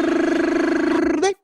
tarde.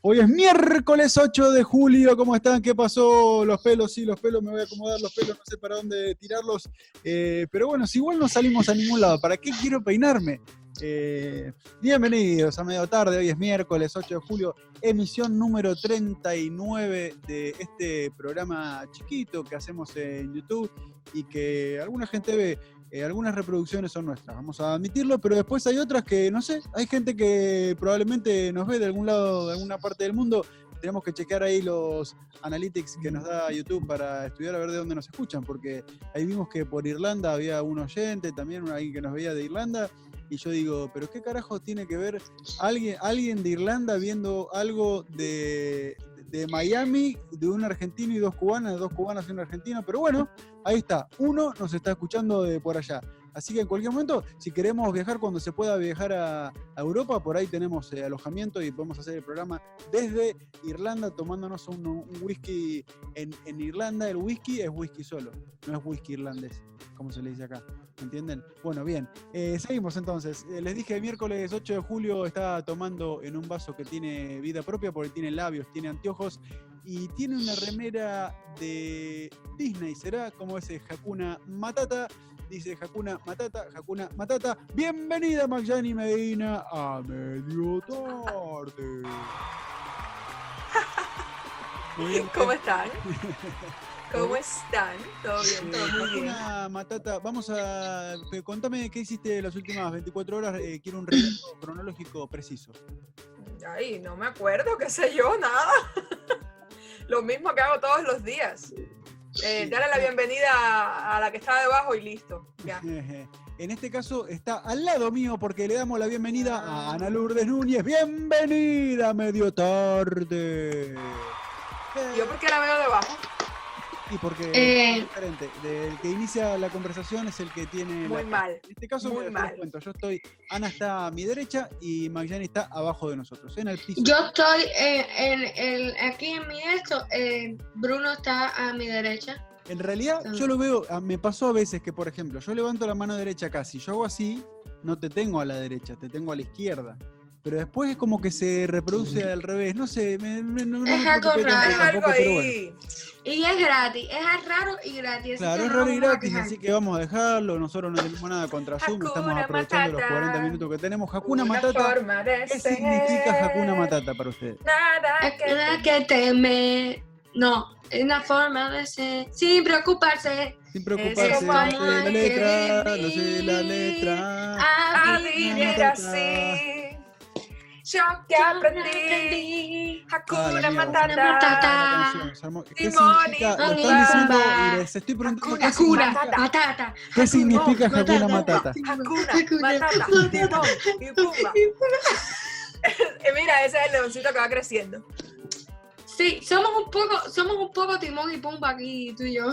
Hoy es miércoles 8 de julio. ¿Cómo están? ¿Qué pasó? Los pelos, sí, los pelos. Me voy a acomodar los pelos, no sé para dónde tirarlos. Eh, pero bueno, si igual no salimos a ningún lado, ¿para qué quiero peinarme? Eh, bienvenidos a medio tarde. Hoy es miércoles 8 de julio, emisión número 39 de este programa chiquito que hacemos en YouTube y que alguna gente ve. Eh, algunas reproducciones son nuestras, vamos a admitirlo, pero después hay otras que, no sé, hay gente que probablemente nos ve de algún lado, de alguna parte del mundo. Tenemos que chequear ahí los analytics que nos da YouTube para estudiar a ver de dónde nos escuchan, porque ahí vimos que por Irlanda había un oyente, también alguien que nos veía de Irlanda, y yo digo, pero ¿qué carajo tiene que ver alguien, alguien de Irlanda viendo algo de, de Miami, de un argentino y dos cubanas, dos cubanas y un argentino? Pero bueno, ahí está, uno nos está escuchando de por allá. Así que en cualquier momento, si queremos viajar cuando se pueda viajar a, a Europa, por ahí tenemos eh, alojamiento y podemos hacer el programa desde Irlanda tomándonos un, un whisky. En, en Irlanda el whisky es whisky solo, no es whisky irlandés, como se le dice acá. ¿Entienden? Bueno, bien. Eh, seguimos entonces. Eh, les dije, miércoles 8 de julio está tomando en un vaso que tiene vida propia porque tiene labios, tiene anteojos y tiene una remera de Disney, ¿será? Como ese Hakuna Matata. Dice Hakuna Matata, Hakuna Matata. Bienvenida, Magyani Medina, a medio tarde. Muy bien. ¿Cómo están? ¿Cómo están? ¿Todo bien? Eh, ¿Todo muy bien? Hakuna Matata, vamos a. pe- Contame qué hiciste las últimas 24 horas. eh, quiero un relato cronológico preciso. Ay, no me acuerdo, qué sé yo, nada. Lo mismo que hago todos los días. Eh, Sí. dale la bienvenida a, a la que está debajo y listo. Ya. En este caso está al lado mío porque le damos la bienvenida Ah. a Ana Lourdes Núñez. Bienvenida, medio tarde. Eh, ¿Yo por qué la veo debajo? Y porque Eh. es diferente. El que inicia la conversación es el que tiene. Muy la- mal. En este caso, muy yo les mal. cuento, yo estoy. Ana está a mi derecha y Magyani está abajo de nosotros, en el piso. Yo estoy eh, en, el- aquí en mi esto, eh, Bruno está a mi derecha. En realidad, Ah. yo lo veo, a- me pasó a veces que, por ejemplo, yo levanto la mano derecha casi, yo hago así, no te tengo a la derecha, te tengo a la izquierda. Pero después es como que se reproduce al revés, no sé, me, me- no, no me Es algo preocupé raro. Hay tanto algo tampoco, pero bueno. ahí. Y es gratis, es raro y gratis. así Claro, que es no raro y nos vamos a gratis, quejar. así que vamos a dejarlo. Nosotros no tenemos nada contra Zoom, estamos Hakuna aprovechando los Matata. 40 minutos que tenemos. Hakuna Una Matata, forma de ¿qué ser. significa Hakuna Matata para ustedes? Nada Es que nada que que teme. No, es una forma de ser. Sin preocuparse. Sin preocuparse, como no sé la hay que letra, no sé la vivir. letra. a ah, A vivir Matata. así. Yo que aprendí. Ah, la Hakuna mía, Matata. Matata. la canción, se armó. ¿Qué Ah, Simón significa? Lo y están diciendo Simba. y les estoy preguntando qué Hakuna significa- Hakuna, matata. ¿Qué significa Hakuna Hakuna Matata? Hakuna, Hakuna. Matata, Timón y Pumba. Eh, Mira, ese es el leoncito que va creciendo. Sí, somos un poco, somos un poco timón y pumba aquí tú y yo.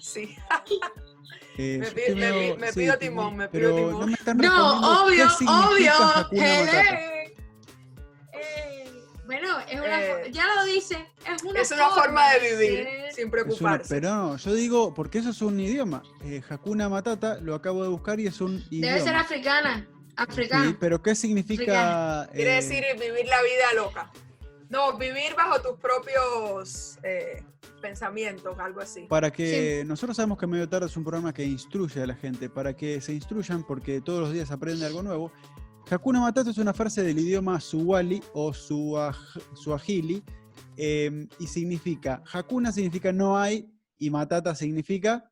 Sí. Eh, Me yo pi- estoy me medio- pi- me pido timón, me pido pero timón. No, me están No, respondiendo qué obvio, significa obvio. Hakuna Matata. Helé. Eh, bueno, es una Eh, fo- ya lo dice, es una, Es una forma de vivir ser. sin Es una- preocuparse. pero no, yo digo, porque eso es un idioma. Eh, Hakuna Matata lo acabo de buscar y es un idioma. Debe ser africana, africana. Sí, pero ¿qué significa? Quiere eh, decir vivir la vida loca. No, vivir bajo tus propios eh, pensamientos, algo así. Para que nosotros sabemos que Medio Tarde es un programa que instruye a la gente, para que se instruyan porque todos los días aprende algo nuevo. Hakuna Matata es una frase del idioma suwali o suaj- suajili eh, y significa, Hakuna significa no hay y Matata significa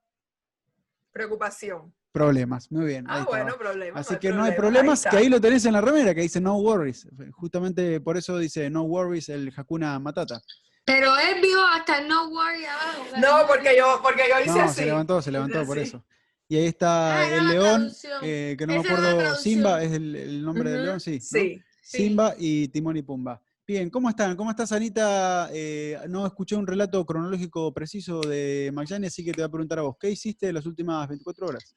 Preocupación. problemas. Muy bien. ahí Ah, estaba. bueno, problema. Así que no hay problema, problemas, que ahí lo tenés en la remera, que dice no worries. Justamente por eso dice no worries el Hakuna Matata. Pero él vio hasta el no worry abajo. está. No, porque yo, porque yo hice No, así. se levantó, se levantó por Sí. eso. Y ahí está Ah, era el la león, traducción. eh, que no me Esa era la acuerdo, traducción. Simba es el, el nombre del Ujú, león, sí. ¿no? Sí. sí. Simba y Timón y Pumba. Bien, ¿cómo están? ¿Cómo estás, Anita? Eh, no escuché un relato cronológico preciso de Magyani, así que te voy a preguntar a vos, ¿qué hiciste las últimas 24 horas?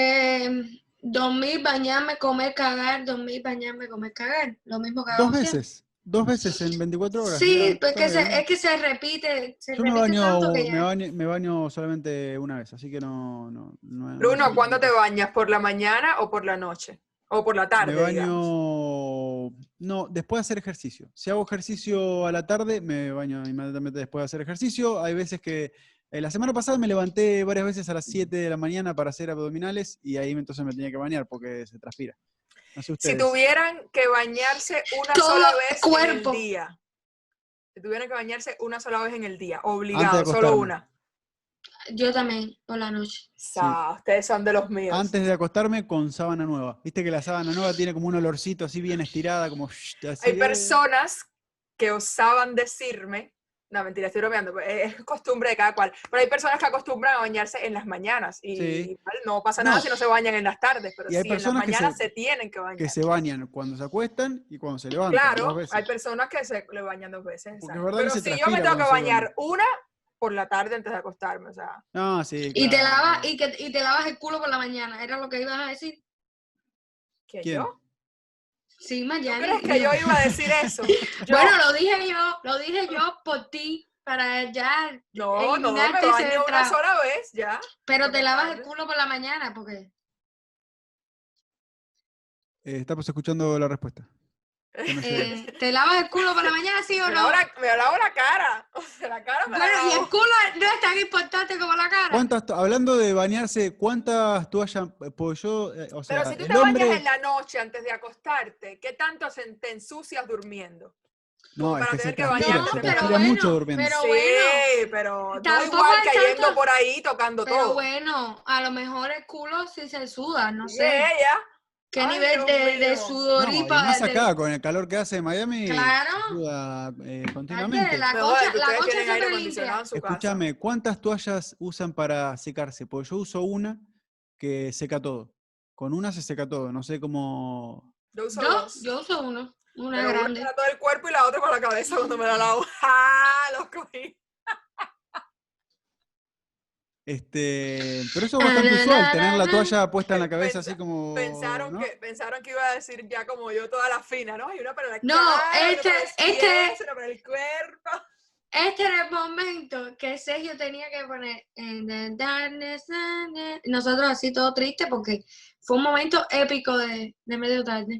Eh, dormir, bañarme, comer, cagar, dormir, bañarme, comer, cagar. Lo mismo que hago Dos veces, dos veces en 24 horas. siempre. Ah, Sí, mirá, pues que está se, bien. es que se repite, se Yo me repite baño, tanto que ya. me, baño, me baño solamente una vez, así que no... no, no Bruno, ¿cuándo te bañas? ¿Por la mañana o por la noche? O por la tarde, Me baño digamos. No, después de hacer ejercicio. Si hago ejercicio a la tarde, me baño inmediatamente después de hacer ejercicio. Hay veces que... eh, la semana pasada me levanté varias veces a las 7 de la mañana para hacer abdominales y ahí entonces me tenía que bañar porque se transpira. No sé Si ustedes. tuvieran que bañarse una Todo sola vez cuerpo. en el día. Si tuvieran que bañarse una sola vez en el día, Antes obligado, de solo acostarme. una. Yo también, por la noche. Sa, ustedes son de los míos. Antes de acostarme con sábana nueva. Viste que la sábana nueva tiene como un olorcito así bien estirada, como... shh, así, Hay eh. personas que osaban decirme, no, mentira, estoy bromeando, pues, es costumbre de cada cual, pero hay personas que acostumbran a bañarse en las mañanas y Sí. igual no pasa nada No. si no se bañan en las tardes, pero Y sí, hay en las personas que se- mañanas se, tienen que bañar. que se bañan cuando se acuestan y cuando se levantan. dos claro, veces. hay personas que se le bañan dos veces. Porque es exacto. verdad que Pero se si yo me transpira tengo cuando que se baña. bañar una por la tarde antes de acostarme, o sea, No, sí, Y te, claro. lavas, y, que, y te lavas el culo por la mañana, era lo que ibas a decir. que ¿Quién? yo. Sí, ¿Tú mañana. crees que yo iba a decir eso? Yo- Bueno, lo dije yo, lo dije yo por ti, para ya, no, no, me eliminarte ese baño una trago. sola vez, ya. pero te Por la lavas el tarde. culo por la mañana, porque Eh, estamos escuchando la respuesta. Que no se- eh, te lavas el culo por la mañana, sí o Me no. lavo, la, me lavo la cara, o sea, la cara me la Bueno, y lavo. el culo no es tan importante como la cara. ¿Cuántas to- hablando de bañarse, ¿cuántas toallas? Pues yo, eh, o sea, Pero si tú el te hombre. bañas en la noche antes de acostarte, ¿qué tanto se- te ensucias durmiendo? no, es para que se tener que transpira, bañarte, se pero transpira bueno, mucho durmiendo. pero- sí, bueno, pero no tampoco igual es cayendo tanto- por ahí tocando Pero todo. bueno, a lo mejor el culo sí se suda, no sé. De ella, ¿Qué Ay, nivel Dios de, de mío. No, y sudoripa? más de- acá, con el calor que hace en Miami, Claro. ayuda eh, Antes de continuamente. la no, cocha, es que la ustedes cocha tienen aire siempre limpia. acondicionado en su casa. Escúchame, ¿cuántas toallas usan para secarse? Pues yo uso una que seca todo. Con una se seca todo. No sé cómo. Yo uso Yo, dos. yo uso uno, una pero grande. Una para todo el cuerpo y la otra para la cabeza cuando me la lavo. ¡Ah! Los cogí. Este, pero eso es Ah, bastante Arararara. usual, tener la toalla puesta en la cabeza Pensa- así como. Pensaron, ¿no? que, pensaron que iba a decir ya como yo toda la fina, ¿no? Hay una para la No, cara, este- una para los este- pies, una para el cuerpo. Este era el momento que Sergio tenía que poner en the darkness, na, na. Nosotros así todo triste porque fue un momento épico de, de medio tarde.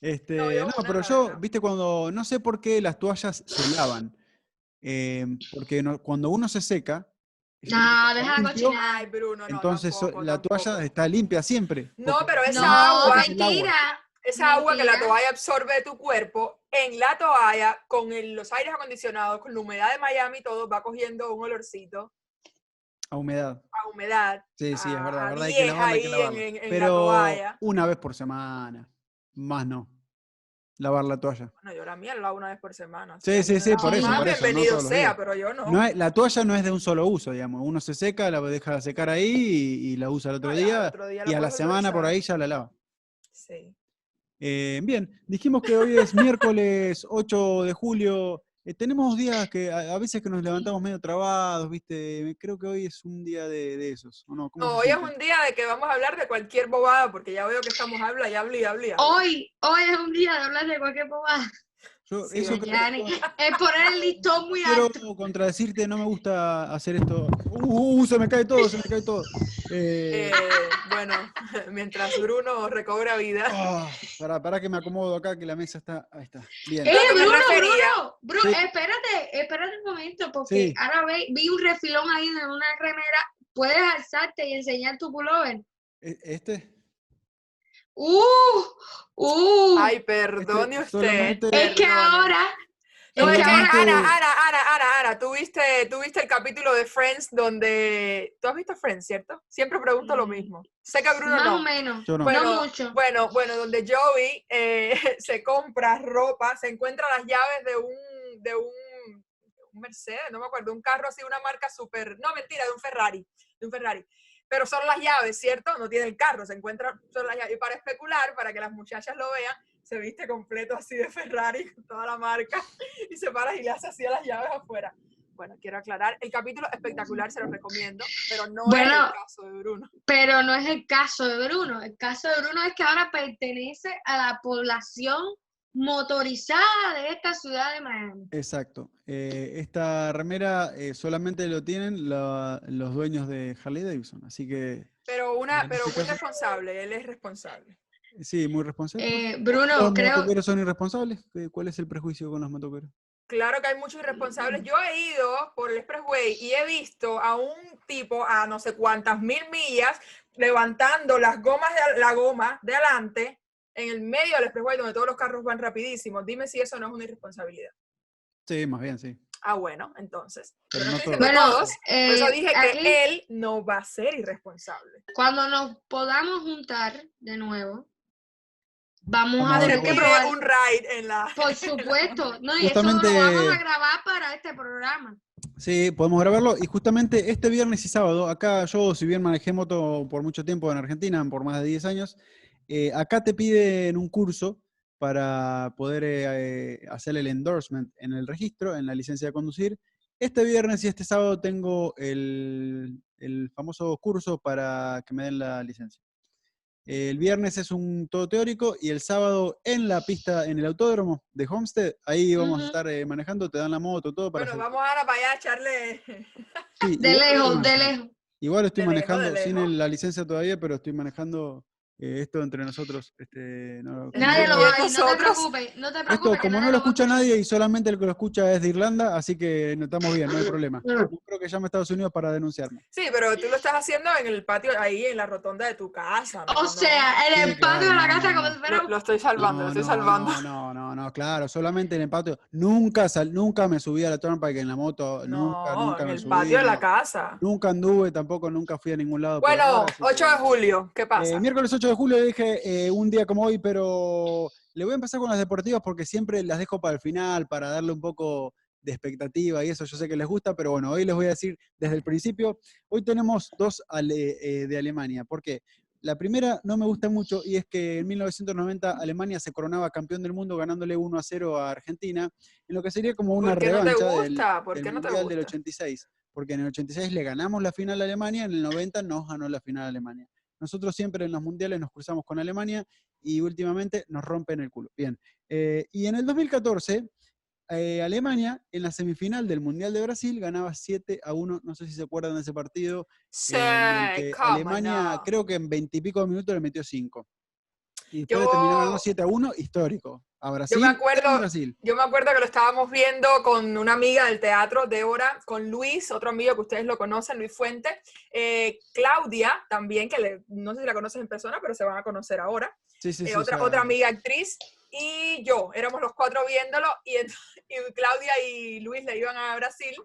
Este, No, no, yo voy a poner pero la yo, verdad. viste, cuando no sé por qué las toallas se lavan. eh, porque no- cuando uno se seca. yo No, creo que deja la está limpio, cochinada. Ay, Bruno, no. Entonces so- tampoco, la toalla tampoco. está limpia siempre. No, porque pero esa el agua No, agua- es el agua. mentira. Esa agua que la Mentira. toalla absorbe de tu cuerpo, en la toalla, con el- los aires acondicionados, con la humedad de Miami y todo, va cogiendo un olorcito A humedad. a humedad. Sí, sí, es verdad, a verdad. Hay que vieja lavarla, hay que ahí lavarla. en- en- en la pero toalla. una vez por semana. Más no. Lavar la toalla. Bueno, yo la mía la hago una vez por semana. Sí, sí, sí, por eso, Ah, por eso, no bienvenido todos los días. sea, pero yo no. No es- la toalla no es de un solo uso, digamos. Uno se seca, la deja secar ahí y, y la usa el otro No, ya, día. otro día y a la puedes semana por utilizar. ahí ya la lava. Sí. Eh, bien, dijimos que hoy es miércoles 8 de julio. Eh, tenemos días que a, a veces que nos levantamos medio trabados, ¿viste? Creo que hoy es un día de, de esos, ¿o no? ¿Cómo No, se hoy es siente? un día de que vamos a hablar de cualquier bobada, porque ya veo que estamos habla y habla y habla. y habla. Hoy, hoy es un día de hablar de cualquier bobada. Yo Sí, eso creo- Yanni, Es poner el listón muy alto. quiero contradecirte, no me gusta hacer esto. Uh, uh, se me cae todo, se me cae todo. Eh, Eh, bueno, mientras Bruno recobra vida. ah, pará, pará que me acomodo acá, que la mesa está. Ahí está. Bien. Eh, lo que me Bruno, refería. Bruno, Bruno, Sí. espérate, espérate un momento, porque Sí. ahora ve, vi un refilón ahí de una remera. Puedes alzarte y enseñar tu pullover. E- Este. ¡Uh! ¡Uh! Ay, perdone Este, usted. solamente- es que perdone. ahora. Es No, Oye, es que que, Ana, ahora. Solamente- Ara, Ara, Ara, Ara, Ara, ¿tú viste, tú viste el capítulo de Friends donde... ¿Tú has visto Friends, cierto? Siempre pregunto lo Mm. mismo. Sé que a Bruno Más no. o menos. Yo no. Bueno, no mucho. Bueno, bueno, donde Joey eh, se compra ropa, se encuentra las llaves de un, de un, un Mercedes, no me acuerdo, un carro así, una marca súper, no mentira, de un Ferrari, de un Ferrari. Pero son las llaves, ¿cierto? No tiene el carro, se encuentra, son las llaves. Y para especular, para que las muchachas lo vean, se viste completo así de Ferrari, con toda la marca, y se para y le hace así a las llaves afuera. Bueno, quiero aclarar, el capítulo espectacular se lo recomiendo, pero no es Bueno. el caso de Bruno. Pero no es el caso de Bruno. El caso de Bruno es que ahora pertenece a la población motorizada de esta ciudad de Miami. Exacto. Eh, esta remera eh, solamente lo tienen la- los dueños de Harley Davidson, así que Pero una, En pero este muy caso- responsable, él es responsable. Sí, muy responsable. Eh, ¿Los Bruno, creo, motoqueros son irresponsables? ¿Qué- ¿Cuál es el prejuicio con los motoqueros? Claro que hay muchos irresponsables. Yo he ido por el expressway y he visto a un tipo a no sé cuántas mil millas levantando las gomas de la goma de adelante en el medio del expressway donde todos los carros van rapidísimos. Dime si eso no es una irresponsabilidad. Sí, más bien, sí. Ah, bueno, entonces. Pero no Pero no estoy todos. diciendo Bueno, todos, eh, pues, por eso dije aquí, que él no va a ser irresponsable. cuando nos podamos juntar de nuevo, vamos, Vamos a a ver tener Ah, que cómo. probar. Pide un ride en la... Por supuesto, no, y esto lo Justamente- vamos a grabar para este programa. Sí, podemos grabarlo. Y justamente este viernes y sábado, acá yo, si bien manejé moto por mucho tiempo en Argentina, por más de 10 años, eh, acá te piden un curso para poder eh, eh, hacer el endorsement en el registro, en la licencia de conducir. Este viernes y este sábado tengo el, el famoso curso para que me den la licencia. El viernes es un todo teórico y el sábado en la pista, en el autódromo de Homestead, ahí vamos a Ujú. estar eh, manejando, te dan la moto, todo para Bueno, hacer- vamos ahora para allá a echarle... Sí, De igual estoy lejos, de manejando. lejos. Igual estoy De lejos, de manejando sin lejos. el- la licencia todavía, pero estoy manejando eh, esto entre nosotros. Este, no- De como Nadie que- lo va a ver, no te Nosotros- preocupes, no te preocupes. Esto, que como nadie no lo va a escucha ver. nadie y solamente el que lo escucha es de Irlanda, así que no estamos bien, no hay problema. No creo que llame a Estados Unidos para denunciarme. Sí, pero tú lo estás haciendo en el patio, ahí en la rotonda de tu casa. ¿no? O No, sea, Sí, el empate de la claro, casa no, como si fuera Lo, lo estoy salvando, lo no, estoy no, salvando. No, no, no, no, claro, solamente en el patio. Nunca, sal- nunca me subí a la trampa que en la moto, nunca, No, nunca en me el subí. patio de la no. casa. Nunca anduve tampoco, nunca fui a ningún lado. por Bueno, ahora, así que- 8 de julio, ¿qué Eh, pasa? miércoles 8 de julio dije eh, un día como hoy, pero le voy a empezar con las deportivas porque siempre las dejo para el final, para darle un poco de expectativa y eso yo sé que les gusta, pero bueno, hoy les voy a decir desde el principio, hoy tenemos dos ale- eh, de Alemania, ¿por qué? La primera no me gusta mucho y es que en 1990 Alemania se coronaba campeón del mundo ganándole 1 a 0 a Argentina, en lo que sería como una ¿Por qué no te revancha del- gusta? ¿Por del qué no te Mundial del gusta? 86, porque en el 86 le ganamos la final a Alemania, en el 90 nos ganó la final a Alemania. Nosotros siempre en los mundiales nos cruzamos con Alemania y últimamente nos rompen el culo. Bien. Eh, y en el 2014, eh, Alemania en la semifinal del Mundial de Brasil ganaba 7 a 1. No sé si se acuerdan de ese partido. Sí, en el que cómo Alemania no. creo que en 20 y pico de minutos le metió 5. Y después le Yo- terminó ganando 7 a 1, histórico. A Brasil. en acuerdo- Brasil. Yo me acuerdo que lo estábamos viendo con una amiga del teatro, Débora, con Luis, otro amigo que ustedes lo conocen, Luis Fuente, eh, Claudia también, que le- no sé si la conoces en persona, pero se van a conocer ahora. Sí, sí, eh, sí, o otra, sea, otra amiga actriz y yo, éramos los cuatro viéndolo y, ent- y Claudia y Luis le iban a Brasil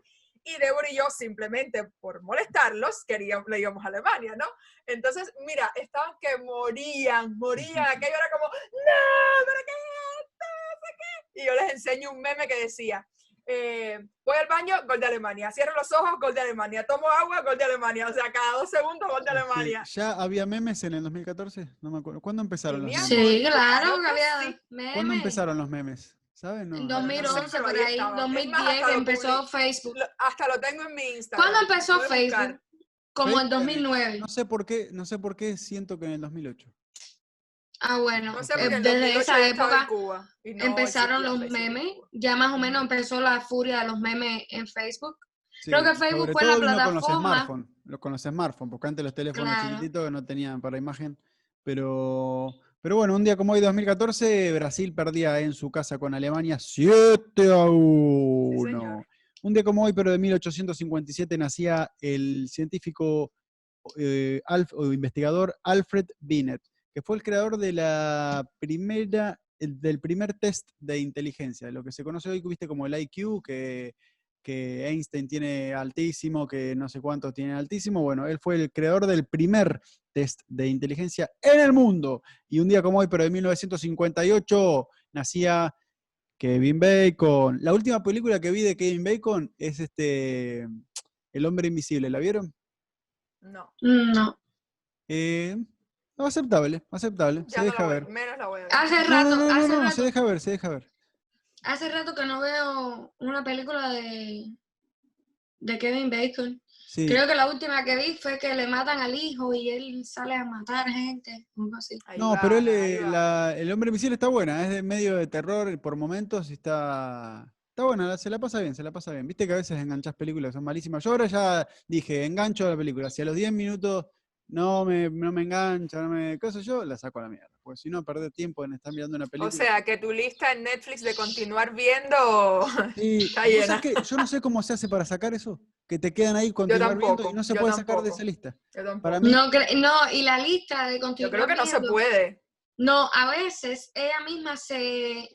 y Débora y yo simplemente por molestarlos queríamos, le íbamos a Alemania, ¿no? Entonces, mira, estaban que morían, morían, aquello era como, no, pero qué es esto? No sé qué". Y yo les enseño un meme que decía, eh, voy al baño, gol de Alemania, cierro los ojos, gol de Alemania, tomo agua, gol de Alemania, o sea, cada dos segundos, gol de este, Alemania. ¿Ya había memes en el 2014? No me acuerdo. ¿Cuándo empezaron los Tenía- memes? Sí, Claro claro, que que había sí. memes. ¿Cuándo empezaron los memes? ¿Saben? No, no, En no. 2011, pero por ahí ahí, estaban. Es más, 2010 hasta lo empezó public- Facebook. Lo- hasta lo tengo en mi Instagram. ¿Cuándo empezó Voy a buscar. Facebook? Como en Facebook, 2009. No sé por qué, no sé por qué siento que en el 2008. Ah, bueno, No sé, eh, porque en desde 2008 esa yo estaba en época Cuba y no empezaron existía los Facebook en memes, Cuba. ya más o menos empezó la furia de los memes en Facebook. Sí, Creo que Facebook sobre fue la todo vino con los plataforma. smartphones, lo- con los smartphones, porque antes los teléfonos Claro. chiquititos que no tenían para imagen, pero pero bueno, un día como hoy 2014 Brasil perdía en su casa con Alemania 7 a 1. señor. un día como hoy, pero de 1857 nacía el científico eh, Alf- o investigador Alfred Binet, que fue el creador de la primera el- del primer test de inteligencia, lo que se conoce hoy, viste, como el IQ, que que Einstein tiene altísimo, que no sé cuántos tienen altísimo. Bueno, él fue el creador del primer test de inteligencia en el mundo. Y un día como hoy, pero de 1958, nacía Kevin Bacon. La última película que vi de Kevin Bacon es este El hombre invisible. ¿La vieron? No, Mm, No. Eh, no, aceptable, aceptable. ya se no deja la voy, ver. menos la voy a ver. Hace No, no, rato, no, no, hace no, rato, se deja ver, se deja ver. hace rato que no veo una película de, de Kevin Bacon. Sí. Creo que la última que vi fue que le matan al hijo y él sale a matar gente, o algo así. Ahí No, va, pero él, eh, ahí va. la- el hombre invisible está buena, es de medio de terror por momentos y está, está buena, la- se la pasa bien, se la pasa bien. Viste que a veces enganchás películas, que son malísimas. Yo ahora ya dije, engancho a la película, si a los 10 minutos no me, no me engancha, no me, qué sé yo, la saco a la mierda. porque si no, perder tiempo en estar mirando una película. O sea, que tu lista en Netflix de continuar viendo. Y Está ¿vos llena. sabés que yo no sé cómo se hace para sacar eso, que te quedan ahí con tampoco, y no se yo puede sacar de tampoco. esa lista. Yo, tampoco- Para mí, No, cre- no, y la lista de yo continuar creo que no se viendo- puede. No, a veces ella misma se,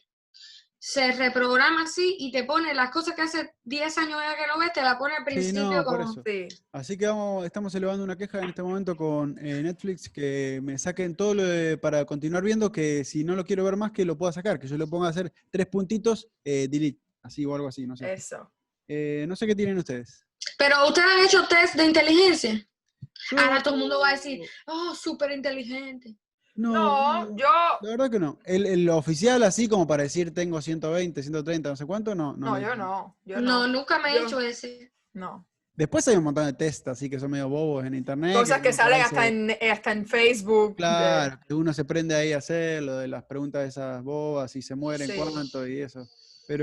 se reprograma así y te pone las cosas que hace 10 años ella que no ves, te la pone al sí, principio no, por como... eso. Sí. Así que vamos, estamos elevando una queja en este momento con eh, Netflix que me saquen todo lo de- para continuar viendo, que si no lo quiero ver más, que lo pueda sacar, que yo le ponga a hacer tres puntitos, eh, delete, así o algo así, no sé. Eso. Eh, no sé qué tienen ustedes. Pero ustedes han hecho test de inteligencia. Yo- Ah, Ahora todo el mundo va a decir, oh, súper inteligente. No, yo. La verdad que no. El, el oficial así como para decir tengo 120, 130, no sé cuánto, no. no No, me- yo no. Yo no. No, nunca me he Yo- hecho ese. No. Después hay un montón de test así que son medio bobos en internet. Cosas que uno salen parece- hasta en, eh, hasta en Facebook. de- Claro, que uno se prende ahí a hacer lo de las preguntas de esas bobas, si se mueren, Sí. cuánto y eso.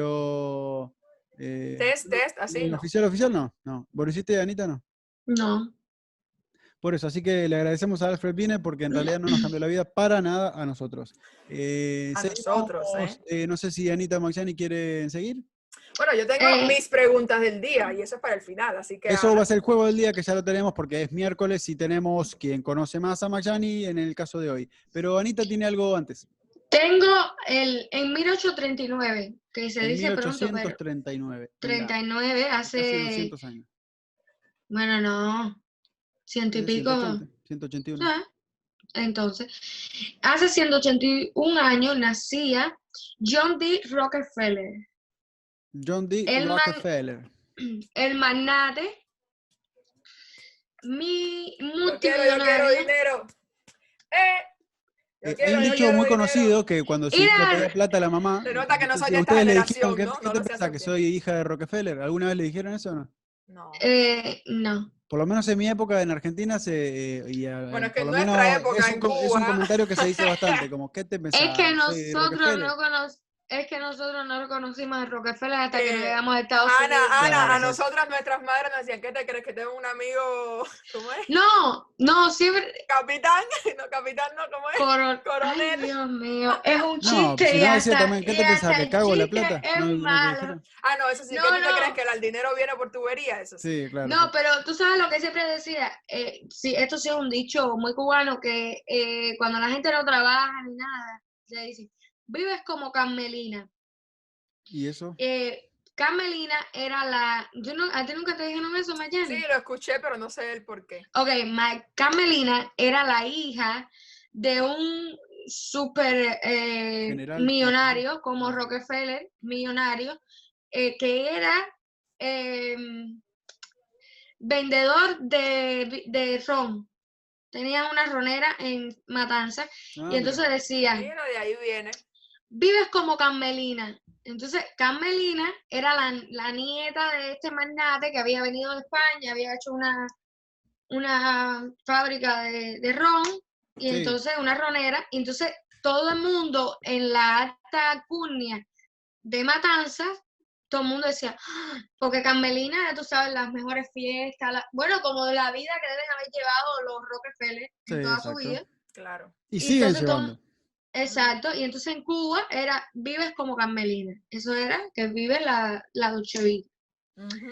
Pero... eh, Test, test, así. ¿El no. oficial oficial no? No. ¿Vos lo hiciste, Anita? No. No. Por eso, así que le agradecemos a Alfred Pine porque en realidad no nos cambió la vida para nada a nosotros. Eh, A seguimos, nosotros, eh, no sé si Anita Maxiani quiere seguir. Bueno, yo tengo Eh. mis preguntas del día y eso es para el final, así que. Eso ahora- va a ser el juego del día que ya lo tenemos porque es miércoles y tenemos quien conoce más a Magyani en el caso de hoy. Pero Anita tiene algo antes. Tengo el en 1839, que se En dice pronto, pero 1839. mirá, 39 Hace hace... 200 años. Bueno, no. Ciento y Hace pico. 180, 181. Ah, Entonces, hace 181 años nacía John D. Rockefeller, John D. El man- Rockefeller. el magnate, mi Yo quiero, yo quiero multimillonario. dinero. Eh, yo Eh, Hay quiero, un yo dicho quiero muy dinero. conocido que cuando se le Era- pedía plata a la mamá. Se nota que no soy si de esta ustedes le generación, dijeron, ¿qué, ¿no? qué No te lo sé pensás, hace que tiempo. soy hija de Rockefeller? ¿Alguna vez le dijeron eso o no? No. Eh, no. Por lo menos en mi época en Argentina se. eh, y, ah, Bueno, es que por lo en nuestra época es un, en com- es un Cuba. comentario que se dice bastante, como, ¿qué te pensás? es que soy nosotros Rockefeller?". no cono- es que nosotros no conocimos a Rockefeller hasta que Eh, llegamos a Estados Ana, Unidos. Ana, a Claro, sí. nosotras nuestras madres nos decían, ¿qué te crees que tengo un amigo? ¿Cómo es? No, no, siempre. ¿Capitán? No, capitán no, ¿cómo es? coro- Coronel. Ay, Dios mío, es un chiste. No, pues si y no decía hasta- también, ¿qué y te pensás? hasta ¿Que el cago en la chiste plata? Es ¿No- no te malo. dijeron? Ah, no, eso sí, No, ¿qué tú no. te crees que el dinero viene por tubería? Eso sí. Sí, claro. No, pero tú sabes lo que siempre decía, eh, sí, esto sí es un dicho muy cubano, que eh, cuando la gente no trabaja ni nada, le dicen, vives como Carmelina. ¿Y eso? Eh, Carmelina era la, yo no, a ti nunca te dijeron eso, Mayani. Sí, lo escuché, pero no sé el por qué. Ok, Ma- Carmelina era la hija de un super eh, General, ¿no? millonario como Rockefeller, millonario, eh, que era em, vendedor de, vi- de ron. Tenía una ronera en Matanza Ah, y entonces decía, Mira, de ahí viene. vives como Carmelina. Entonces, Carmelina era la, la nieta de este magnate que había venido de España, había hecho una, una fábrica de, de ron y Sí. entonces una ronera. Y entonces, todo el mundo en la alta alcurnia de Matanzas, todo el mundo decía, "Ah", porque Carmelina, tú sabes, las mejores fiestas, la- bueno, como la vida que deben haber llevado los Rockefeller en Sí, toda exacto. su vida. Claro. Y y siguen entonces todo- llevando. Exacto, y entonces en Cuba era vives como Carmelina. Eso era que vive la, la Dolce Vita. Ujú.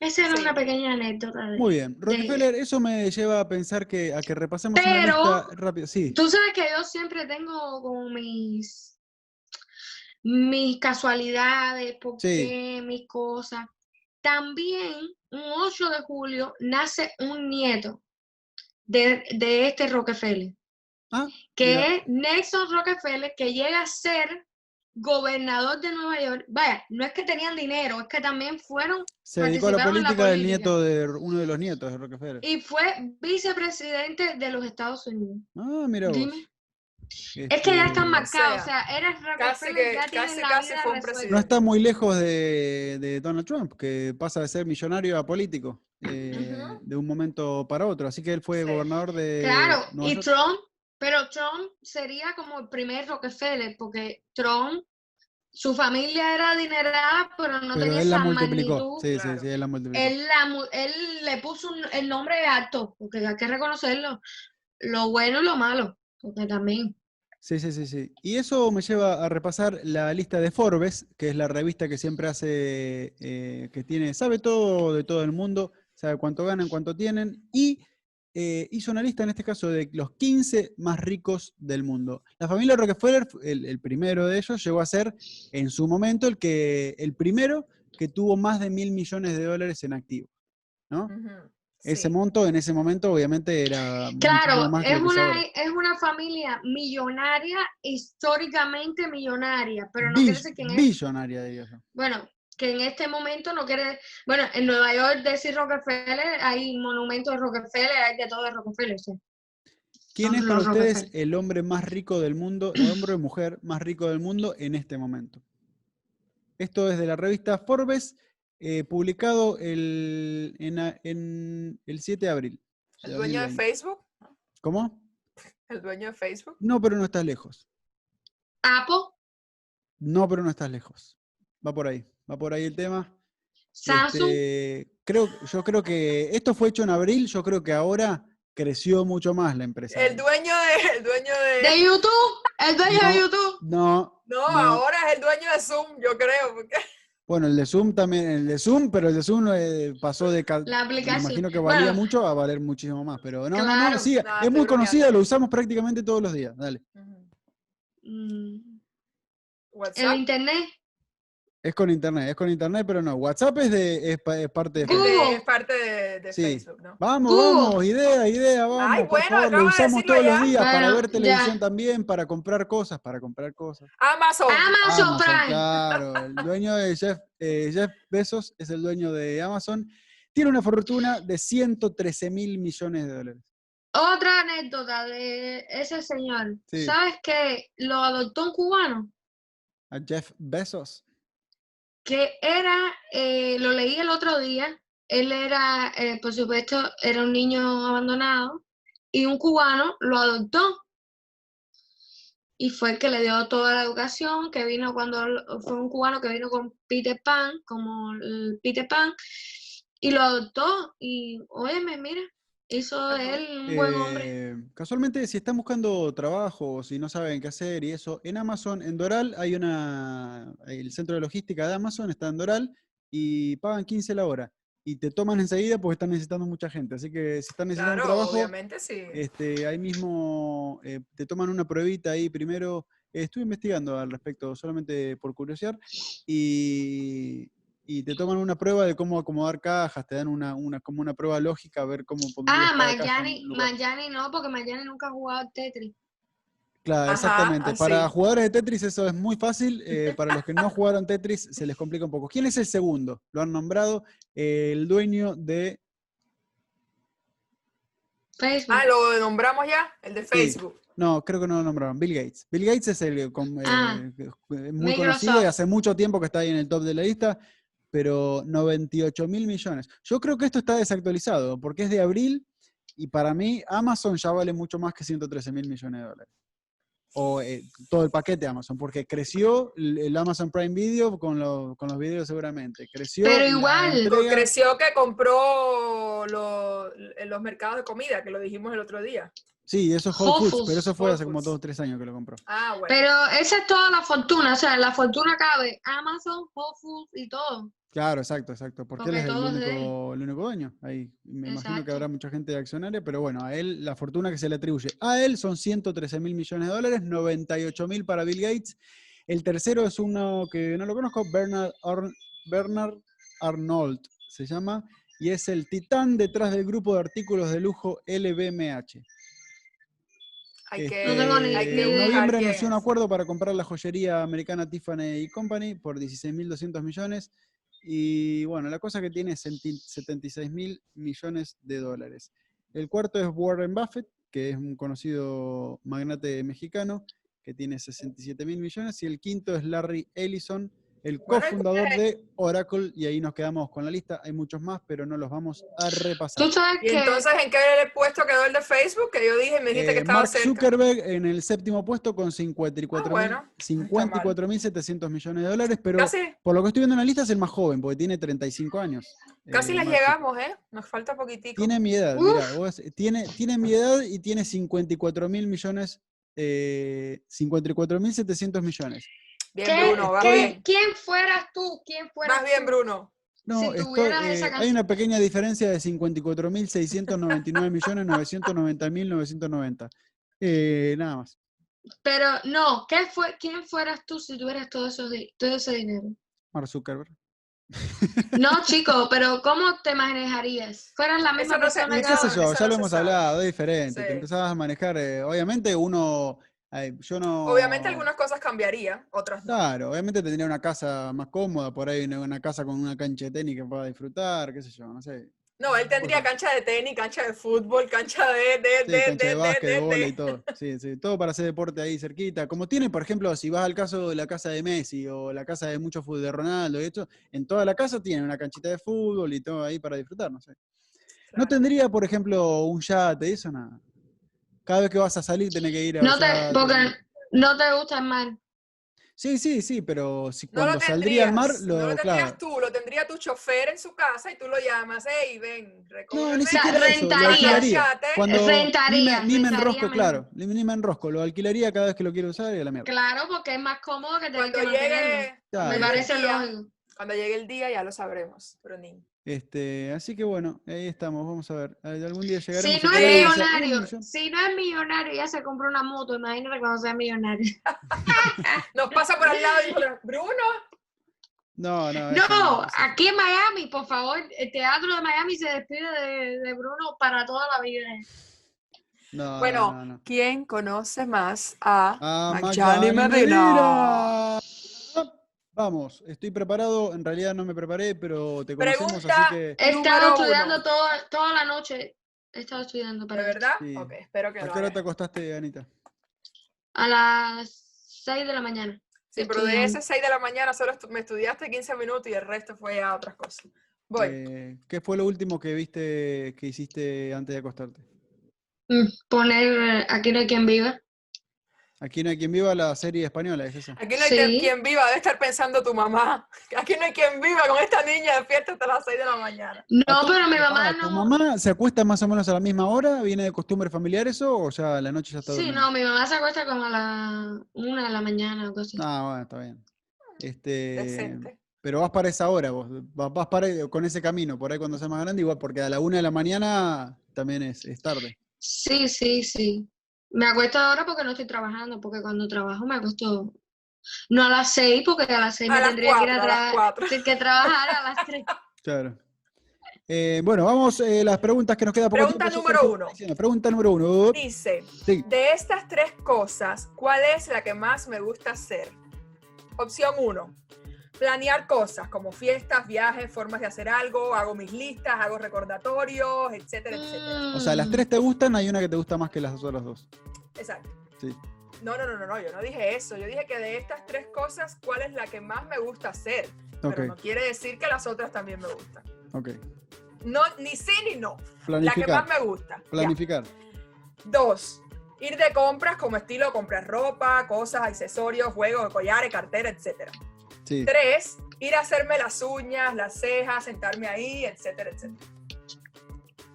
Esa era Sí. una pequeña anécdota. de- Muy bien. Rockefeller, eso me lleva a pensar que a que repasemos una Pero- lista rápido. Sí. Tú sabes que yo siempre tengo como mis mis casualidades, por Sí. qué, mis cosas. También, un 8 de julio, nace un nieto de, de este Rockefeller, Ah, que mira. es Nelson Rockefeller, que llega a ser gobernador de Nueva York. Vaya, no es que tenían dinero, es que también fueron Se dedicó a la participaron en la política del política. nieto de uno de los nietos de Rockefeller. y fue vicepresidente de los Estados Unidos. Ah, mira vos. Dime. Es que Este, ya están marcados, o sea, sea, eres casi Rockefeller, que- ya tienes casi, la casi vida fue un resuelta. No presidente. está muy lejos de, de Donald Trump, que pasa de ser millonario a político eh, Ujú. de un momento para otro. Así que él fue Sí. gobernador de. Claro, Nueva y York. Trump, pero Trump sería como el primer Rockefeller, porque Trump, su familia era adinerada, pero no pero tenía él la esa multiplicó. magnitud. Sí, claro. sí, sí, él la multiplicó. Él, la mu- él le puso un- el nombre alto, porque hay que reconocerlo, lo bueno y lo malo, porque también. Sí, sí, sí, sí. Y eso me lleva a repasar la lista de Forbes, que es la revista que siempre hace, eh, que tiene, sabe todo de todo el mundo, sabe cuánto ganan, cuánto tienen, y eh, hizo una lista en este caso de los 15 más ricos del mundo. La familia Rockefeller, el, el primero de ellos, llegó a ser en su momento el, que, el primero que tuvo más de mil millones de dólares en activos, ¿no? Ujú, Ese sí. monto en ese momento obviamente era... muchísimo Claro, más que es lo que una, e, ahora. es una familia millonaria, históricamente millonaria, pero no Bill- quiere decir que en, es- billonaria, diría yo. bueno, que en este momento no quiere, bueno, en Nueva York decir Rockefeller, hay monumentos de Rockefeller, hay de todo de Rockefeller, sí. ¿Quién No, es no, para no, ustedes Rafael. el hombre más rico del mundo, el hombre o mujer más rico del mundo en este momento? Esto es de la revista Forbes, eh, publicado el, en, a- en el 7 de abril. El dueño de 2020. Facebook, ¿Cómo? el dueño de Facebook, No, pero no estás lejos. Apple, No, pero no estás lejos. Va por ahí, va por ahí el tema. Samsung, Este, creo, yo creo que esto fue hecho en abril, yo creo que ahora creció mucho más la empresa. el dueño de, el dueño de, de YouTube, el dueño este, No. de YouTube. no, no, no. ahora es el dueño de Zoom, yo creo, porque Bueno, el de Zoom también, el de Zoom, pero el de Zoom eh, pasó de... ca- La Me aplicación. imagino que valía Bueno, mucho a valer muchísimo más, pero no, no, no, Claro, sí, nada, es estoy muy conocida, bromeando. lo usamos prácticamente todos los días, dale. mm, el WhatsApp, internet, Es con internet, es con internet, pero no, WhatsApp es, de, es, pa- es parte de... el Facebook. de- Google. es parte de, de Sí. Facebook, ¿no? Vamos, Google. vamos, idea, idea, vamos, Ay, por bueno, favor, lo acabas de usamos decirlo todos los ya. días para Bueno, ver ya. televisión también, para comprar cosas, para comprar cosas. Oh, Amazon, Amazon, Prime. Claro, el dueño de Jeff, eh, Jeff Bezos es el dueño de Amazon, tiene una fortuna de 113 mil millones de dólares. Otra anécdota de ese señor. Sí. ¿Sabes que lo adoptó un cubano? A Jeff Bezos. Que era, eh, lo leí el otro día, él era, eh, por supuesto, era un niño abandonado y un cubano lo adoptó. Y fue el que le dio toda la educación, que vino cuando, lo- fue un cubano que vino con Peter Pan, como el Peter Pan, y lo adoptó. Y, óyeme, mira, hizo Ajá. de él un buen hombre. Eh, casualmente, si están buscando trabajo o si no saben qué hacer y eso, en Amazon, en Doral, hay una. El centro de logística de Amazon está en Doral y pagan 15 la hora. Y te toman enseguida porque están necesitando mucha gente. Así que si están necesitando claro, trabajo, obviamente sí. este, ahí mismo eh, te toman una pruebita ahí primero. Eh, estuve investigando al respecto, solamente por curiosidad, y, y te toman una prueba de cómo acomodar cajas, te dan una, una, como una prueba lógica, a ver cómo pondrías Ah, cada caja en Mayani, un lugar. Mayani no, porque Mayani nunca ha jugado al Tetris. Claro, Ajá, exactamente. Para así. jugadores de Tetris eso es muy fácil, eh, para los que no jugaron Tetris se les complica un poco. ¿Quién es el segundo? Lo han nombrado eh, el dueño de... Facebook. Ah, lo nombramos ya, el de Facebook. No, creo que no lo nombraron, Bill Gates. Bill Gates es el con- eh, Ah, que es muy conocido y Microsoft. hace mucho tiempo que está ahí en el top de la lista, pero 98 mil millones. Yo creo que esto está desactualizado porque es de abril y para mí Amazon ya vale mucho más que 113 mil millones de dólares. o eh, todo el paquete de Amazon, porque creció el el Amazon Prime Video con, lo- con los videos seguramente. Creció Pero la igual. Co- entrega. Creció que compró lo- en los mercados de comida, que lo dijimos el otro día. Sí, eso es Whole Foods, Whole pero Foods, eso fue Whole hace como Foods. dos o tres años que lo compró. Ah, bueno. Pero esa es toda la fortuna, o sea, la fortuna cabe Amazon, Whole Foods y todo. Claro, exacto, exacto. Porque él Porque es el todo es de él. único, el único dueño. Ahí me imagino que Exacto. habrá mucha gente de accionaria, pero bueno, a él la fortuna que se le atribuye a él son 113 mil millones de dólares, 98 mil para Bill Gates. El tercero es uno que no lo conozco, Bernard, Arn- Bernard Arnold se llama, y es el titán detrás del grupo de artículos de lujo LVMH. hay que, No tengo ni- hay que Este, en idea. buscar noviembre quién anunció un es. acuerdo para comprar la joyería americana Tiffany Company por 16.200 millones. Y bueno, la cosa que tiene es 76.000 millones de dólares. El cuarto es Warren Buffett, que es un conocido magnate mexicano, que tiene 67.000 millones. Y el quinto es Larry Ellison, el Bueno, cofundador de Oracle. Y ahí nos quedamos con la lista. Hay muchos más, pero no los vamos a repasar. Tú sabes ¿Y que entonces en qué puesto quedó el de Facebook? Que yo dije, me dijiste Eh, que estaba Mark cerca. Zuckerberg en el séptimo puesto con 54.000 Ah, bueno, no 54.700 millones de dólares, pero Casi, por lo que estoy viendo en la lista es el más joven, porque tiene 35 años. casi eh, les Mark Zuckerberg. llegamos, ¿eh? Nos falta poquitico. Tiene mi edad, Uf. mira, tiene, tiene mi edad y tiene 54.000 millones eh, 54.700 millones. Bien, ¿Qué- Bruno, vas qué- bien. ¿Quién fueras tú? ¿Quién fueras Vas bien, tú? Bruno. No, Si estoy- tuvieras eh, esa hay cantidad. una pequeña diferencia de 54.699.990.990. Eh, nada más. Pero no, ¿qué fue, ¿quién fueras tú si tuvieras todo, eso di- todo ese dinero? Mark Zuckerberg. No, chico, pero ¿cómo te manejarías? ¿Fueras la misma no se- persona ¿y Eh, ¿Qué que Claro, sé ahora? yo? ya eso no lo se hemos sabe. hablado, es diferente. Te Sí. empezabas a manejar. eh, obviamente, uno. ay, yo no. Obviamente algunas cosas cambiarían, otras no. Claro, obviamente tendría una casa más cómoda, por ahí una, una casa con una cancha de tenis que pueda disfrutar, qué sé yo, no sé. No, él tendría cancha de tenis, cancha de fútbol, cancha de, de, Sí, de, cancha de de, básquet, de, de de, bola y de. todo. Sí, sí, todo para hacer deporte ahí cerquita. Como tiene, por ejemplo, si vas al caso de la casa de Messi o la casa de muchos fútbol de Ronaldo y esto, en toda la casa tiene una canchita de fútbol y todo ahí para disfrutar, no sé. No Claro. tendría, por ejemplo, un yate, eso nada. Cada vez que vas a salir tenés que ir a un No te, yate. porque no te gusta el mar. Sí, sí, sí, pero si No cuando lo saldría al mar, tendrías, lo, no lo claro. tendrías tú, lo tendría tu chofer en su casa y tú lo llamas, hey, ven, No, recógeme. ni O sea, siquiera eso, lo rentarías. alquilaría. Yate, Cuando ni me- Rentaría, Ni me rentaría enrosco, mejor. claro. Ni ni me enrosco, lo alquilaría cada vez que lo quiero usar y a la mierda. Claro, porque es más cómodo que tener Cuando que mantenerlo. llegue, eh, Claro. Me el parece día, lógico. cuando llegue el día ya lo sabremos, Brunín. Este, así que bueno, ahí estamos, vamos a ver. Al- Algún día llegaremos. Si no a es tener esa- un millonario, millón. si no es millonario, ya se compró una moto, imagínate cuando sea millonario. Nos pasa por al lado y dice, Bruno, No, no. eso No, eso aquí en Miami, por favor, el teatro de Miami se despide de, de Bruno para toda la vida. no, no, Bueno. no, no. ¿quién conoce más a, Ah, Magdalena Magdalena. Medina? Vamos, estoy preparado. En realidad no me preparé, pero te conocemos, Pregunta- así que. He Número estado estudiando uno. toda, toda la noche. He estado estudiando ¿De para esto. verdad? Sí. Ok, espero que ¿A no. qué hora haga. te acostaste, Anita? A las 6 de la mañana. Sí, pero de estudiando. esas 6 de la mañana solo estu- me estudiaste 15 minutos y el resto fue a otras cosas. Voy. Eh, ¿Qué fue lo último que viste que hiciste antes de acostarte? Mm, Poner eh, Aquí no hay quien viva. Aquí no hay quien viva la serie española, ¿es eso? Aquí no hay que- Sí. quien viva, debe estar pensando tu mamá. Aquí no hay quien viva con esta niña despierta hasta las 6 de la mañana. No, pero mi Ah, mamá ¿Tu no. mamá se acuesta más o menos a la misma hora? ¿Viene de costumbre familiar eso? ¿O ya a la noche ya está Sí, durmiendo? no, mi mamá se acuesta como a las 1 de la mañana o cosas. Ah, bueno, está bien. Este, Decente. pero vas para esa hora vos, vas, vas para, con ese camino, por ahí cuando seas más grande, igual, porque a la una de la mañana también es, es tarde. Sí, sí, sí. Me acuesto ahora porque no estoy trabajando, porque cuando trabajo me acuesto. No a las 6, porque a las 6 A me las tendría que ir a 4, a las trabajar. 4. que trabajar a las 3. Claro. Eh, bueno, vamos eh, las preguntas que nos queda poco Pregunta tiempo. Yo, número Sergio, uno. decime, Pregunta número uno. Dice, Sí. de estas tres cosas, ¿cuál es la que más me gusta hacer? Opción 1. Planear cosas como fiestas, viajes, formas de hacer algo, hago mis listas, hago recordatorios, etcétera, etcétera. O sea, las Mm, tres te gustan, hay una que te gusta más que las otras dos. Exacto. Sí. No, no, no, no, no, yo no dije eso. Yo dije que de estas tres cosas, ¿cuál es la que más me gusta hacer? Ok, Pero no quiere decir que las otras también me gustan. ok. No, ni sí ni no. La que más Planificar. me gusta. Ya. Planificar. Dos, ir de compras como estilo comprar ropa, cosas, accesorios, juegos, collares, cartera, etc. Sí. Tres, ir a hacerme las uñas, las cejas, sentarme ahí, etcétera, etcétera.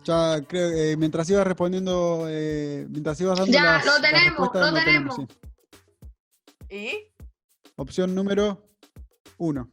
Ya creo eh, mientras ibas respondiendo, eh, mientras ibas dando Ya, las, lo las tenemos, respuestas, lo tenemos. sí. Y Opción número uno.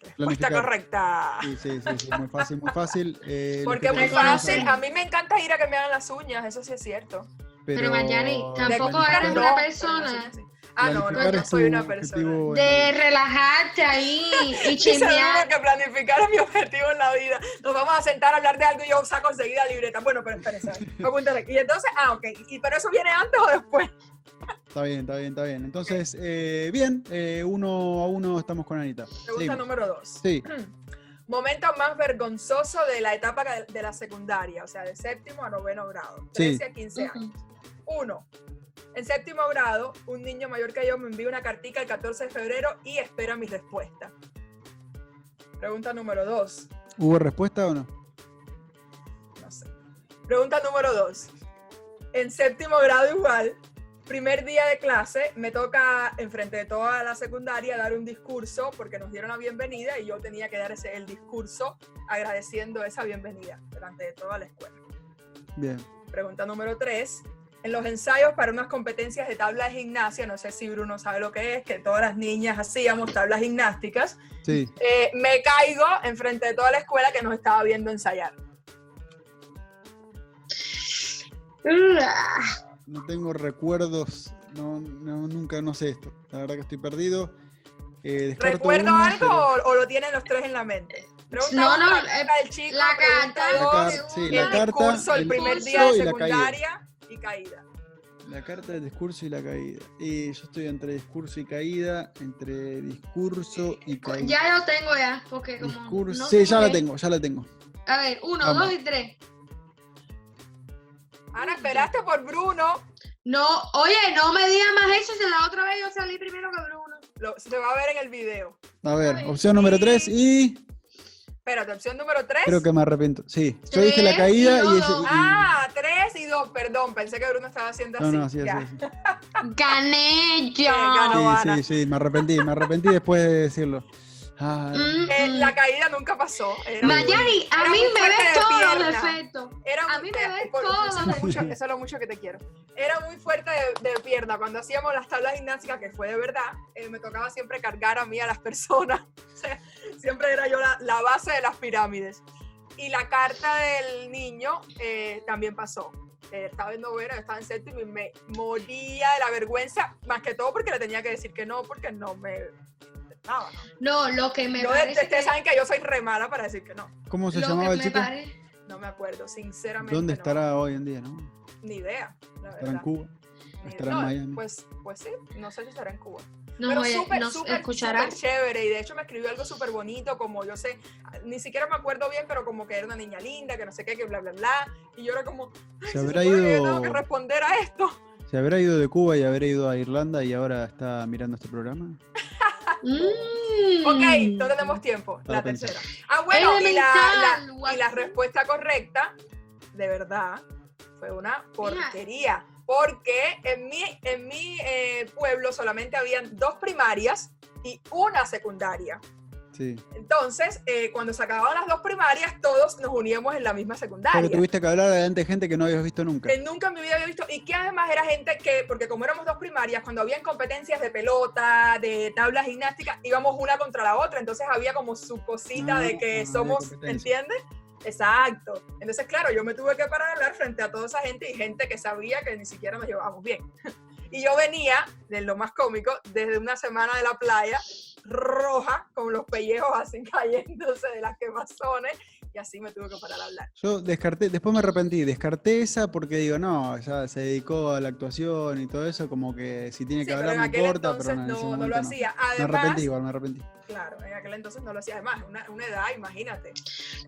respuesta Planificar. pues, correcta. Sí, sí, sí, sí, muy fácil, muy fácil. eh, lo Porque que es muy te gusta fácil. hacer, A mí me encanta ir a que me hagan las uñas, eso sí es cierto. Pero, Mariani, De Tampoco compras eres no, una pero las persona. uñas sí. Ah, no, no, planificar yo es soy tu una persona. objetivo en la De vida. relajarte ahí y Dice chismear. Bruno que planificar es mi objetivo en la vida. Nos vamos a sentar a hablar de algo y yo saco enseguida la libreta. Bueno, pero espérense. Apúntale. Y entonces, ah, ok. ¿Y pero eso viene antes o después? Está bien, está bien, está bien. Entonces, eh, bien, eh, uno a uno estamos con Anita. Pregunta Seguimos. número dos. Sí, Momento más vergonzoso de la etapa de- de la secundaria, o sea, de séptimo a noveno grado, Sí. 13 a 15 años. Uno, en séptimo grado, un niño mayor que yo me envía una cartica el 14 de febrero y espera mi respuesta. Pregunta número dos. ¿hubo respuesta o no? No sé. Pregunta número dos. En séptimo grado igual, primer día de clase, me toca enfrente de toda la secundaria dar un discurso porque nos dieron la bienvenida y yo tenía que dar ese, el discurso agradeciendo esa bienvenida delante de toda la escuela. Bien. Pregunta número tres. en los ensayos para unas competencias de tabla de gimnasia, no sé si Bruno sabe lo que es, que todas las niñas hacíamos tablas gimnásticas, Sí. eh, me caigo enfrente de toda la escuela que nos estaba viendo ensayar. Mm, Uah. No tengo recuerdos. No, no, nunca, no sé esto. La verdad que estoy perdido. Eh, descarto ¿Recuerdo uno, algo pero- o, o lo tienen los tres en la mente? Pregunta No, no, uno, eh, pregunta del chico, la pregunta carta, La dos, carta, sí, la el carta, discurso el primer discurso día y de la caída. secundaria y caída. La carta del discurso y la caída. Eh, yo estoy entre discurso y caída, entre discurso y caída. Ya lo tengo ya, porque como. Discurso- no sí, sé ya por la qué. tengo, ya la tengo. A ver, uno, Vamos. dos y tres. Ana, esperaste por Bruno, No, oye, no me digas más eso, si la otra vez yo salí primero que Bruno. lo- se va a ver en el video. A ver, Ay, opción número 3 y Espérate, opción número tres. creo que me arrepiento. Sí, yo dije la Tres caída y y, no ese- dos. y- Ah, tres y dos, perdón, pensé que Bruno estaba haciendo no, así. no, así, así, ya. así. Gané yo. ganó. No, Sí, Ana. sí, sí, me arrepentí, me arrepentí después de decirlo. Ah, Mm, Eh, mm. la caída nunca pasó. Era, Mayari, a Era mí muy me fuerte ves de todos los pierna. defectos. era a muy- mí me eh, ves por- Eso es, lo todo. mucho, eso es lo mucho que te quiero. Era muy fuerte de, de pierna. Cuando hacíamos las tablas gimnásticas, que fue de verdad, eh, me tocaba siempre cargar a mí a las personas. O sea, siempre era yo la, la base de las pirámides. Y la carta del niño eh, también pasó. Eh, estaba en novena, yo estaba en séptimo y me moría de la vergüenza, más que todo porque le tenía que decir que no, porque no me... Nada, ¿no? No, lo que me Yo, parece. ustedes que- saben que yo soy re mala para decir que no. ¿Cómo se lo llamaba que el me chico? pare- No me acuerdo, sinceramente. ¿Dónde no. estará hoy en día, no? Ni idea. La ¿Estará en verdad. Cuba? Ni estará en idea. Eh, No, Miami. Pues, pues sí, no sé si estará en Cuba. Nos, Pero oye- súper, eh, nos súper, escuchará. súper chévere. Y de hecho me escribió algo súper bonito, como yo sé, ni siquiera me acuerdo bien, pero como que era una niña linda, que no sé qué, que bla, bla, bla. Y yo era como, ay, Se se habrá supone que yo ido, tengo que responder a esto. se habrá ido de Cuba y habrá ido a Irlanda y ahora está mirando este programa. Mm. Ok, no tenemos tiempo. Para la pensar. tercera. Ah, bueno, y la, Elemental, la- y la guapo. respuesta correcta, de verdad, fue una porquería. Porque en mi, en mi eh, pueblo solamente habían dos primarias y una secundaria. Sí. Entonces, eh, cuando se acababan las dos primarias, todos nos uníamos en la misma Porque secundaria. tuviste que hablar delante de gente que no habías visto nunca. Que nunca en mi vida había visto. Y que además era gente que, porque como éramos dos primarias, cuando habían competencias de pelota, de tablas gimnásticas, íbamos una contra la otra. Entonces había como su cosita Ah, de ah, que de somos, competencia. ¿entiendes? Exacto. Entonces, claro, yo me tuve que parar a hablar frente a toda esa gente y gente que sabía que ni siquiera nos llevábamos bien. Y yo venía, de lo más cómico, desde una semana de la playa, roja, con los pellejos así cayéndose de las quemazones, y así me tuve que parar a hablar. Yo descarté, después me arrepentí, descarté esa porque digo, no, ya se dedicó a la actuación y todo eso, como que si tiene que Sí, pero hablar en no aquel importa, entonces pero no, en ese no, no momento lo no. hacía. Me Además, arrepentí igual, me arrepentí. claro, en aquel entonces no lo hacía. Además, una, una edad, imagínate.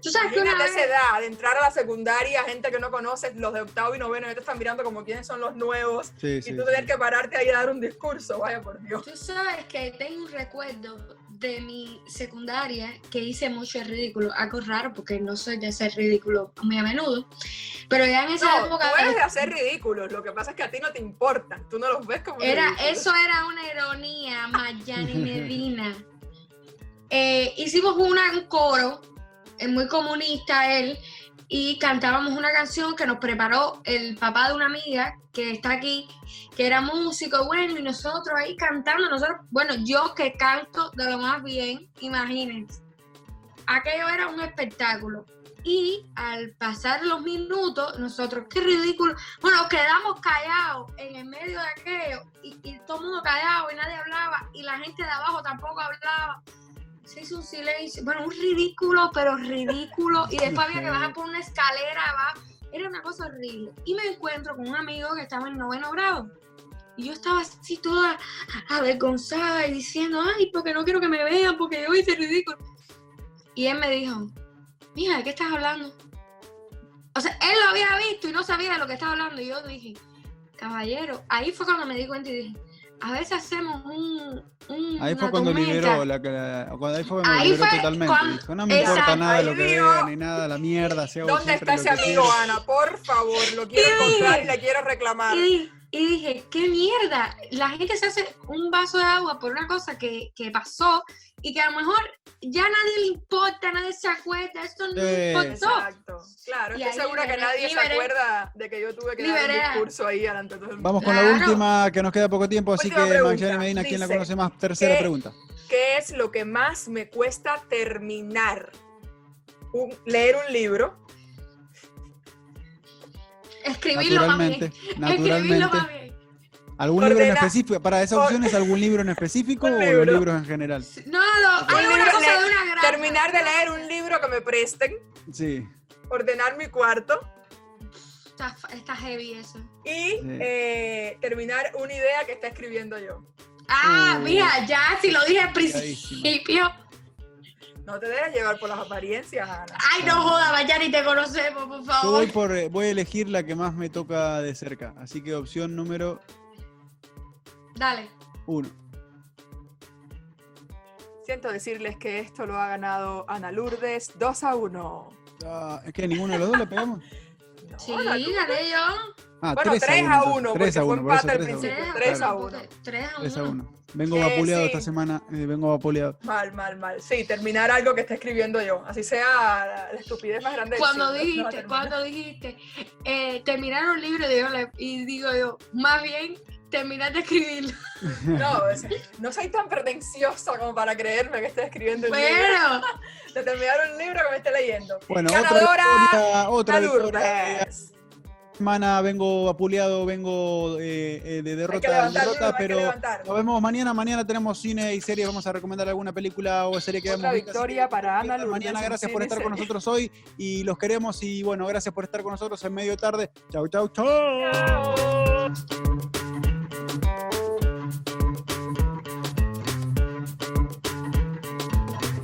Tú sabes que una Imagínate esa vez. edad, de entrar a la secundaria, gente que no conoces, los de octavo y noveno, ya te están mirando como quiénes son los nuevos. Sí, sí. y tú sí. tener que pararte ahí a dar un discurso, vaya por Dios. Tú sabes que tengo un recuerdo de mi secundaria que hice mucho el ridículo. Algo raro porque no soy de hacer ridículo muy a menudo. Pero ya en esa No, tú época. eres de hacer ridículos, lo que pasa es que a ti no te importa, tú no los ves como Era, ridículos. eso era una ironía, Mayani Medina. Eh, hicimos una- un coro, eh, muy comunista él, y cantábamos una canción que nos preparó el papá de una amiga que está aquí, que era músico, bueno, y nosotros ahí cantando, nosotros, bueno, yo que canto de lo más bien, imagínense. Aquello era un espectáculo. Y al pasar los minutos, nosotros, qué ridículo, bueno, quedamos callados en el medio de aquello y, y todo el mundo callado y nadie hablaba y la gente de abajo tampoco hablaba. Se hizo un silencio, bueno, un ridículo, pero ridículo. Y después había que bajar por una escalera abajo. Era una cosa horrible. Y me encuentro con un amigo que estaba en noveno grado. Y yo estaba así toda avergonzada y diciendo, ay, porque no quiero que me vean, porque yo hice ridículo. Y él me dijo, mija, ¿de qué estás hablando? O sea, él lo había visto y no sabía de lo que estaba hablando. Y yo dije, caballero, ahí fue cuando me di cuenta y dije, a veces hacemos un... un Ahí fue una cuando tormenta". liberó, la, la- cuando ahí fue cuando Ahí liberó fue totalmente. cuando- Dijo, no me importa Exacto, nada ahí lo que digo, vean, ni nada, la mierda. Si hago ¿Dónde siempre está ese lo que amigo, quiero. Ana? Por favor, lo quiero encontrar y le quiero reclamar. Y dije, Y dije, qué mierda, la gente se hace un vaso de agua por una cosa que, que pasó y que a lo mejor ya nadie le importa, nadie se acuerda, esto no Eh. le importó. Exacto. Claro, Y estoy ahí segura que liberé- nadie se liberé- acuerda de que yo tuve que dar liberé un a- discurso ahí delante de todo el mundo. Vamos con la Claro. última, que nos queda poco tiempo, así Última que pregunta. Magdalena Medina, ¿quién la Dice, "Eh, conoce más? Tercera ¿qué- pregunta. ¿Qué es lo que más me cuesta terminar? Un- leer un libro. Escribirlo más bien. Naturalmente, Escribirlo naturalmente. más bien. ¿Algún libro en Ordena- específico? Para esas Or- opciones, ¿algún libro en específico Un o los libro. libros en general? No, no, hay Un una libro le- cosa de una gran. Terminar de leer un libro que me presten. Sí. Ordenar mi cuarto. Está, está heavy eso. Y Sí. eh, terminar una idea que está escribiendo yo. Ah, Uh. mira, ya, si lo dije al Clarísimo. principio. No te dejes llevar por las apariencias, Ana. Ay, no joda, vaya ni te conocemos, por Yo favor. voy, por, eh, voy a elegir la que más me toca de cerca. Así que opción número Dale. uno. Siento decirles que esto lo ha ganado Ana Lourdes 2 a 1. Ah, es que ninguno de los dos la pegamos. No, Sí, Ana Lourdes. gané yo. Ah, Bueno, 3 a entonces. 1, 3 a porque fue 1, por eso empate al 3 a 1. principio. Claro, Tres a uno. porque- Tres a 3 a uno. 1. Vengo Eh, vapuleado sí. esta semana, eh, vengo vapuleado. Mal, mal, mal. Sí, terminar algo que está escribiendo yo. Así sea la, la estupidez más grande del Cuando siglo. No, dijiste, termina. cuando dijiste, eh, terminar un libro, digo, la- y digo yo, más bien, terminar de escribirlo. No, o sea, no soy tan pretenciosa como para creerme que estoy escribiendo un libro. Pero, De terminar un libro que me esté leyendo. Bueno, Ganadora, otra victoria, otra Ana victoria. de la Lourdes. Semana vengo vapuleado, vengo eh, eh, de Hay que derrota en levantarlo, derrota, hay que pero nos levantarlo. vemos mañana. Mañana tenemos cine y series, vamos a recomendar alguna película o serie que Otra hemos visto, así que victoria para Ana Lourdes. Mañana, en gracias por cine estar serie. con nosotros hoy y los queremos y bueno, gracias por estar con nosotros en medio tarde. Chau, chau, chau.